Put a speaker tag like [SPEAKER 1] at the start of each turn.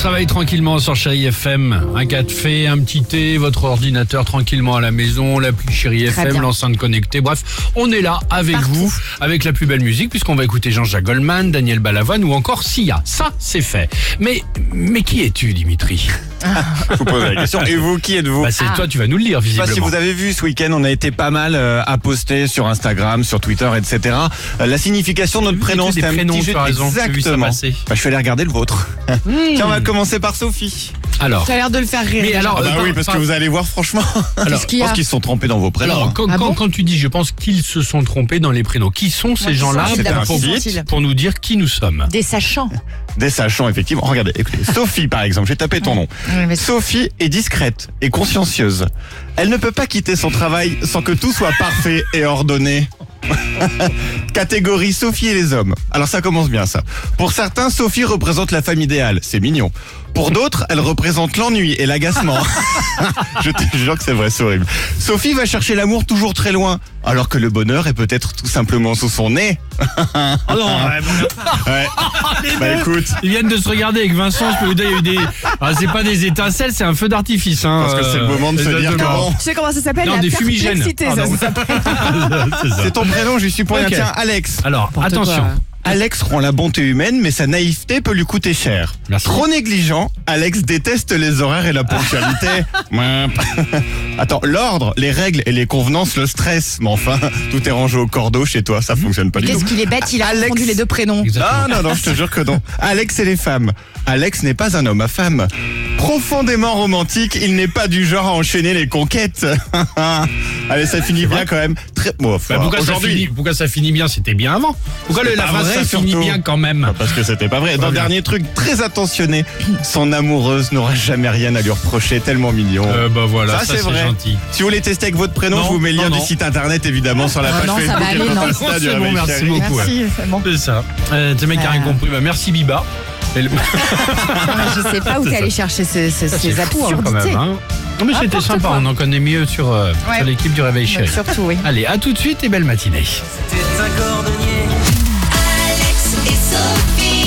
[SPEAKER 1] travaille tranquillement sur Chéri FM. Un café, un petit thé, votre ordinateur tranquillement à la maison, l'appli Chéri
[SPEAKER 2] Très
[SPEAKER 1] FM,
[SPEAKER 2] bien.
[SPEAKER 1] l'enceinte connectée. Bref, on est là avec
[SPEAKER 2] Partout.
[SPEAKER 1] vous, avec la plus belle musique, puisqu'on va écouter Jean-Jacques Goldman, Daniel Balavoine ou encore Sia. Ça, c'est fait. Mais, mais qui es-tu, Dimitri
[SPEAKER 3] Je vous pose la question. Et vous, qui êtes-vous
[SPEAKER 1] Bah, c'est
[SPEAKER 2] Ah.
[SPEAKER 1] toi, tu vas nous le dire,
[SPEAKER 3] Je sais
[SPEAKER 1] visiblement.
[SPEAKER 3] pas si vous avez vu ce week-end, on a été pas mal euh, à poster sur Instagram, sur Twitter, etc. Euh, la signification de notre
[SPEAKER 1] Vous mettez
[SPEAKER 3] prénom,
[SPEAKER 1] des
[SPEAKER 3] c'est un
[SPEAKER 1] prénoms,
[SPEAKER 3] petit jeu
[SPEAKER 1] tu as raison, j'ai vu ça
[SPEAKER 3] exactement.
[SPEAKER 1] passer. Hmm.
[SPEAKER 3] Bah, je suis allé regarder le vôtre. Tiens, on va commencer par Sophie.
[SPEAKER 1] Alors,
[SPEAKER 2] Ça a l'air de le faire rire.
[SPEAKER 1] mais
[SPEAKER 2] déjà.
[SPEAKER 3] Ah bah
[SPEAKER 1] alors, euh, par- par-
[SPEAKER 3] allez voir, franchement.
[SPEAKER 1] alors,
[SPEAKER 2] Qu'est-ce
[SPEAKER 3] Je
[SPEAKER 2] qu'il y
[SPEAKER 3] pense
[SPEAKER 2] a
[SPEAKER 3] qu'ils se sont trompés dans vos prénoms.
[SPEAKER 1] Alors,
[SPEAKER 3] hein.
[SPEAKER 1] quand,
[SPEAKER 2] Ah
[SPEAKER 1] quand-
[SPEAKER 2] bon
[SPEAKER 1] quand tu dis, je pense qu'ils se sont trompés dans les prénoms. Qui sont ces
[SPEAKER 2] qui
[SPEAKER 1] gens-là
[SPEAKER 2] sont-ils
[SPEAKER 1] pour-
[SPEAKER 3] d'abord
[SPEAKER 1] pour,
[SPEAKER 3] Qui
[SPEAKER 2] sont-ils
[SPEAKER 1] pour nous dire qui nous sommes
[SPEAKER 2] Des sachants.
[SPEAKER 3] Des sachants, effectivement. Regardez, écoutez, Sophie, par exemple, j'ai tapé ton nom.
[SPEAKER 2] Ouais, mais-
[SPEAKER 3] Sophie est discrète et consciencieuse. Elle ne peut pas quitter son travail sans que tout soit parfait et ordonné. Catégorie Sophie et les hommes. Alors ça commence bien ça. Pour certains, Sophie représente la femme idéale, c'est mignon. Pour d'autres, elle représente l'ennui et l'agacement. Je te jure que c'est vrai, c'est horrible. Sophie va chercher l'amour toujours très loin, alors que le bonheur est peut-être tout simplement sous son nez.
[SPEAKER 1] Oh non, ouais, bon,
[SPEAKER 3] Ah Ouais. Bah écoute,
[SPEAKER 1] Ils viennent de se regarder avec Vincent, je peux vous dire, il y a eu des. Ah, c'est pas des étincelles, c'est un feu d'artifice. Hein,
[SPEAKER 3] parce que c'est le
[SPEAKER 1] euh,
[SPEAKER 3] moment de se dire
[SPEAKER 1] exactement.
[SPEAKER 3] comment.
[SPEAKER 2] Tu sais comment ça s'appelle
[SPEAKER 1] Non,
[SPEAKER 2] La
[SPEAKER 1] des fumigènes. Ah,
[SPEAKER 2] perplexité, ça,
[SPEAKER 1] Pardon.
[SPEAKER 2] ça s'appelle.
[SPEAKER 1] C'est ça.
[SPEAKER 3] C'est ton prénom, je suis pour rien.
[SPEAKER 1] Ok.
[SPEAKER 3] Tiens, Alex.
[SPEAKER 1] Alors,
[SPEAKER 2] N'importe
[SPEAKER 1] attention.
[SPEAKER 2] quoi. hein.
[SPEAKER 3] Alex rend la bonté humaine, mais sa naïveté peut lui coûter cher.
[SPEAKER 1] Merci.
[SPEAKER 3] Trop négligent, Alex déteste les horaires et la ponctualité. Mouin. Attends, l'ordre, les règles et les convenances le stressent, mais enfin, tout est rangé au cordeau chez toi, ça fonctionne pas du tout.
[SPEAKER 2] Qu'est-ce qu'il est bête, il a
[SPEAKER 3] Alex.
[SPEAKER 2] confondu les deux prénoms.
[SPEAKER 3] Ah non, non, je te jure que non. Alex et les femmes. Alex n'est pas un homme à femme. Profondément romantique, il n'est pas du genre à enchaîner les conquêtes. Allez, ça finit bien quand même. Très... Bon,
[SPEAKER 1] Bah,
[SPEAKER 3] enfin,
[SPEAKER 1] pourquoi, ça finit,
[SPEAKER 3] aujourd'hui.
[SPEAKER 1] pourquoi ça finit bien C'était bien avant. Pourquoi le-
[SPEAKER 3] C'est
[SPEAKER 1] la
[SPEAKER 3] pas
[SPEAKER 1] phrase
[SPEAKER 3] vrai,
[SPEAKER 1] ça finit
[SPEAKER 3] surtout.
[SPEAKER 1] bien quand même
[SPEAKER 3] Ah, Parce que c'était pas vrai. Dans
[SPEAKER 1] Pas
[SPEAKER 3] le
[SPEAKER 1] bien.
[SPEAKER 3] dernier truc, très attentionné, son amoureuse n'aura jamais rien à lui reprocher, tellement mignon.
[SPEAKER 1] euh, Bah voilà, ça,
[SPEAKER 3] Ça, c'est
[SPEAKER 1] c'est
[SPEAKER 3] vrai.
[SPEAKER 1] gentil.
[SPEAKER 3] Si vous voulez tester avec votre prénom,
[SPEAKER 1] Non,
[SPEAKER 3] je vous mets le
[SPEAKER 1] non,
[SPEAKER 3] lien
[SPEAKER 1] non.
[SPEAKER 3] du site internet évidemment sur la
[SPEAKER 2] Ah
[SPEAKER 3] page
[SPEAKER 2] non, ça
[SPEAKER 3] Facebook
[SPEAKER 2] va
[SPEAKER 3] et
[SPEAKER 2] aller,
[SPEAKER 3] notre
[SPEAKER 2] non.
[SPEAKER 3] Insta du
[SPEAKER 1] C'est bon,
[SPEAKER 3] Réveil
[SPEAKER 1] merci
[SPEAKER 3] Chéri.
[SPEAKER 1] beaucoup.
[SPEAKER 2] Merci, hein. c'est bon.
[SPEAKER 1] C'est ça. Euh, ce mec a rien
[SPEAKER 2] Euh.
[SPEAKER 1] compris. Bah, merci Biba. Et le-
[SPEAKER 2] Je sais pas où t'es allé chercher ce- ce-
[SPEAKER 1] Ça,
[SPEAKER 2] ces
[SPEAKER 1] c'est fou, hein, quand
[SPEAKER 2] absurdités.
[SPEAKER 1] même. hein. Non, mais c'était
[SPEAKER 2] N'importe
[SPEAKER 1] sympa,
[SPEAKER 2] quoi.
[SPEAKER 1] on en connaît mieux sur, euh,
[SPEAKER 2] Ouais.
[SPEAKER 1] sur l'équipe du Réveil Chéri.
[SPEAKER 2] Surtout, oui.
[SPEAKER 1] Allez, à tout de suite et belle matinée.
[SPEAKER 4] Alex et Sophie.